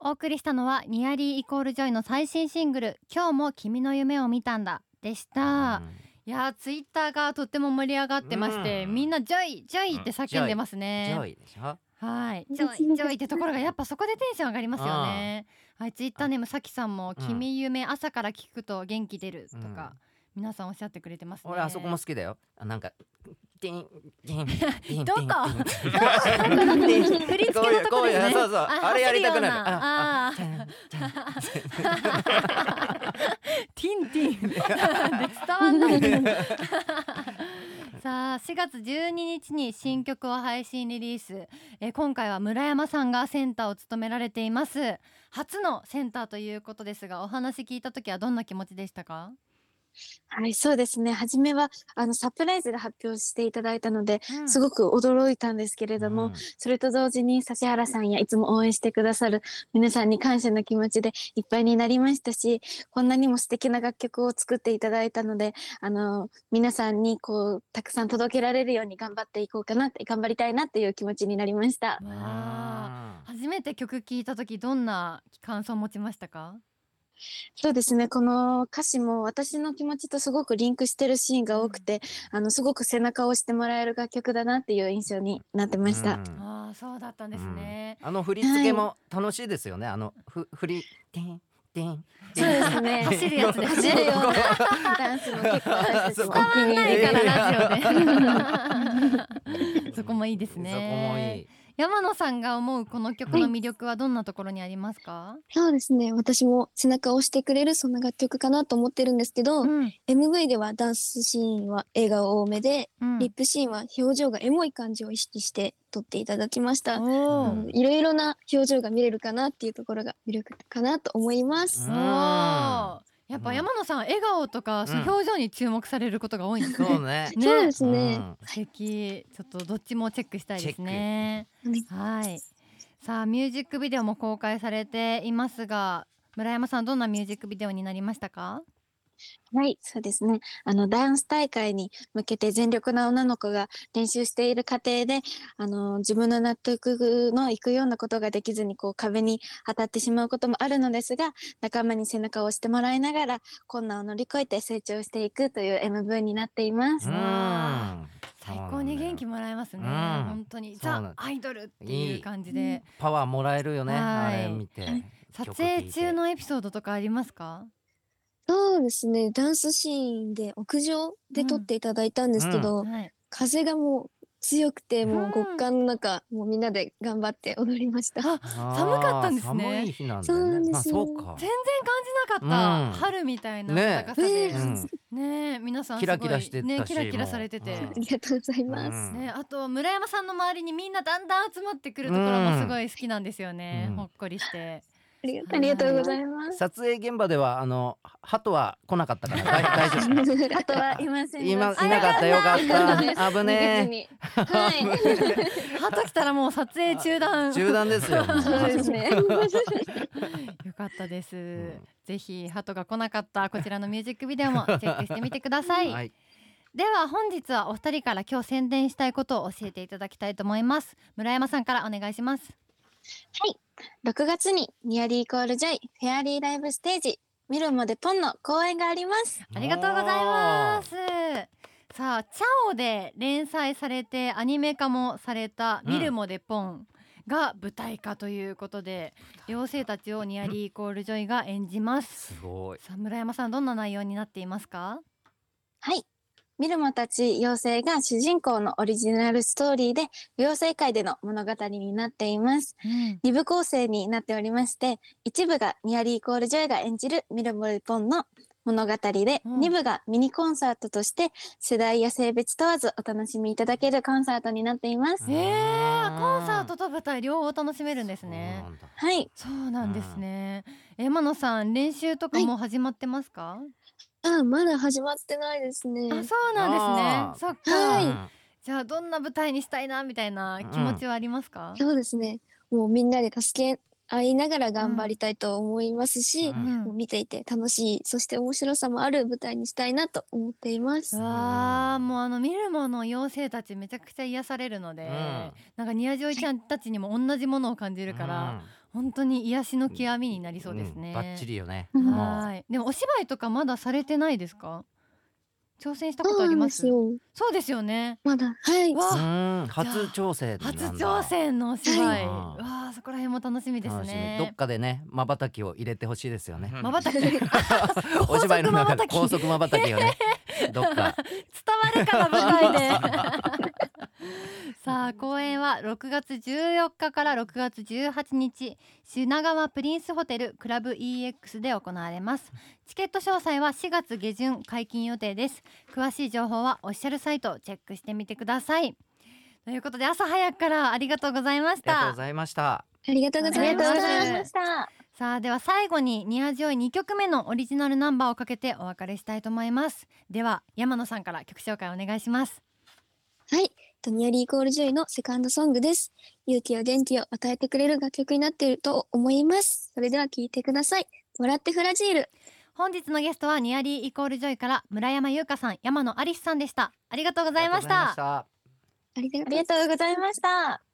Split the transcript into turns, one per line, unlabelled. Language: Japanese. お送りしたのはニアリーイコールジョイの最新シングル今日も君の夢を見たんだでした、いやーツイッターがとっても盛り上がってまして、
うん
みんなジョイジョイって叫んでます
うんジ
ね、
ョイでしょ
はい、ジョイジョイってところがやっぱそこでテンション上がりますよね。はい、ツイッターネームさきさんも
うん
君夢朝から聞くと元気出るとか、皆さんおっしゃってくれてますね。
俺あそこも好きだよあなんかディンディンディン
どこ
ディ ン
振り付け
こうい
の
う
と
こ
こ
うい
で
う
すね。
そうそうあれやりたくなる
あ
じゃんじゃん
走る ようなあー、ティンティンで伝わんないけど。 さあ4月12日に新曲を配信リリース、えー今回は村山さんがセンターを務められています初のセンターということですがお話聞いた時はどんな気持ちでしたか、
はい、そうですね。初めは、あの、サプライズで発表していただいたので、
うん
すごく驚いたんですけれども、
うん
それと同時に指原さんやいつも応援してくださる皆さんに感謝の気持ちでいっぱいになりましたし、こんなにも素敵な楽曲を作っていただいたので、あの、皆さんにこう、たくさん届けられるように頑張っていこうかなって、頑張りたいなっていう気持ちになりました。
わあ初めて曲聴いた時どんな感想を持ちましたか
そうですね。この歌詞も私の気持ちとすごくリンクしてるシーンが多くて、あの、すごく背中を押してもらえる楽曲だなっていう印象になってました。
うん
ああそうだったんですね、
あの振り付けも楽しいですよねあのふ振りディンディンデ
そう
ィン
です ね。
走るやつですね
走るようなダンスも結構 私たちもお気に
な
入
い
り
か
で
らラジオでそこもいいですね
そこもいい
山野さんが思うこの曲の魅力はどんなところにありますか、
そうですね。私も背中を押してくれるそんな楽曲かなと思ってるんですけど、
うん、
MV ではダンスシーンは笑顔多めで、
うん
リップシーンは表情がエモい感じを意識して撮っていただきました。
おー
うん
いろいろな表情が見れるかなっていうところが魅力かなと思います。
お
うん
ーやっぱ山野さんは笑顔とか、その表情に注目されることが多いんですね
そうね
ね
そうですね。
素敵ちょっとどっちもチェックしたいですね
チェッ
はいさあミュージックビデオも公開されていますが村山さんどんなミュージックビデオになりましたか
はい、そうですね。あの、ダンス大会に向けて全力な女の子が練習している過程で、あの、自分の納得のいくようなことができずに、こう、壁に当たってしまうこともあるのですが、仲間に背中を押してもらいながら、困難を乗り越えて成長していくという MV になっています。
うんうん
最高に元気もらえますね、
うん
本当に
そうなんだ
ザ・アイドルっていう感じで
パワーもらえるよね
は
あ
い
れ見て
撮影中のエピソードとかありますか
そうですね。ダンスシーンで屋上で撮っていただいたんですけど、
はい
風がもう強くて、もう
うん
極寒の中、もうみんなで頑張って踊りました。
あ寒かったんですね
あー寒い日なんだよねまあ
そ
そうう
な
か
全然感じなかった、
うん
春みたいな
ね
暖かさで、
え
う
然
ん
ねえ皆さんすごい
キラキラしてたし
ねキラキラされてて、
もううん
ありがとうございます。
うん
ね、あと村山さんの周りにみんなだんだん集まってくるところもすごい好きなんですよね、
うん
ほっこりして
ありが
あ
とう
りがとうございます。
撮影現場ではあの鳩は来なかったか ら大大丈夫
あとはいませんが。
今いなかったよかった危ね
え。
え
はい。
鳩来たらもう撮影中 断
中断ですよもう
そうです ね。
よかったです、
ん
ぜひ鳩が来なかったこちらのミュージックビデオもチェックしてみてください、
はい
では本日はお二人から今日宣伝したいことを教えていただきたいと思います村山さんからお願いします
6月にニアリーイコールジョイフェアリーライブステージミルモでポンの公演があります。
ありがとうございますさあ「チャオ」で連載されてアニメ化もされた「
うん
見るもでポン」が舞台化ということで、妖精たちをニアリーイコールジョイが演じます
すごい
さあ村山さんどんな内容になっていますか
はい。ミルモたち妖精が主人公のオリジナルストーリーで妖精界での物語になっています。
うん
2部構成になっておりまして、1部がニアリーイコールジョイが演じるミルモでポンの物語で、
うん
2部がミニコンサートとして世代や性別問わずお楽しみいただけるコンサートになっています。
えー、コンサートと舞台両方楽しめるんですね
そうなんだ
はい。
そうなんですね山野さん練習とかもう始まってますか、
あ、まだ始まってないですね。
あそうなん
あ
で
ー
すねそっか、
はい
うん
じゃあどんな舞台にしたいなみたいな気持ちはありますか、
そうですね。もうみんなで助け合いながら頑張りたいと思いますし、
うん
もう見ていて楽しい、そして面白さもある舞台にしたいなと思っていま
う
す。
わあ
うん
もうあの見るもの妖精たちめちゃくちゃ癒されるので、
うん
なんかニアジョイちゃんたちにも同じものを感じ
い
るから、本当に癒しの極みになりそうですね、
んバッチリよね。
うん
もう
はいでもお芝居とかまだされてないですか挑戦したこ
そう
とあ
な
り
ん
ま
ですすよ。
そうですよね
まだ。はい。
わ
う
あ
ん初挑戦なん
初
だ。
挑戦のお芝居
うん
わあそこら辺も楽しみです
楽しみどっ
ね
かでね瞬きを入れてほしいですよね。
まばた き伝わ
お芝居の中で
高
高
速
速まばたきをね。どっか。
るかな舞台 でさあ公演は6月14日から6月18日品川プリンスホテルクラブ EX で行われますチケット詳細は4月下旬解禁予定です詳しい情報はオフィシャルサイトをチェックしてみてくださいということで朝早くからありがとうございまし
ありがとう
た
ございました。
ありがとうございま
あり
し
がとうございま
た
す。
た。
さあでは最後にニアジオイ2曲目のオリジナルナンバーをかけてお別れしたいと思いますでは山野さんから曲紹介お願いします
はい。とニアリーイコールジョイのセカンドソングです。勇気や元気を与えてくれる楽曲になっていると思います。それでは聴いてください。笑ってフラジール。
本日のゲストはニアリーイコールジョイから村山優香さん山野アリスさんでしたありがとうご
ご
ざいました
た。
ありがとうございます
ありがとうございました。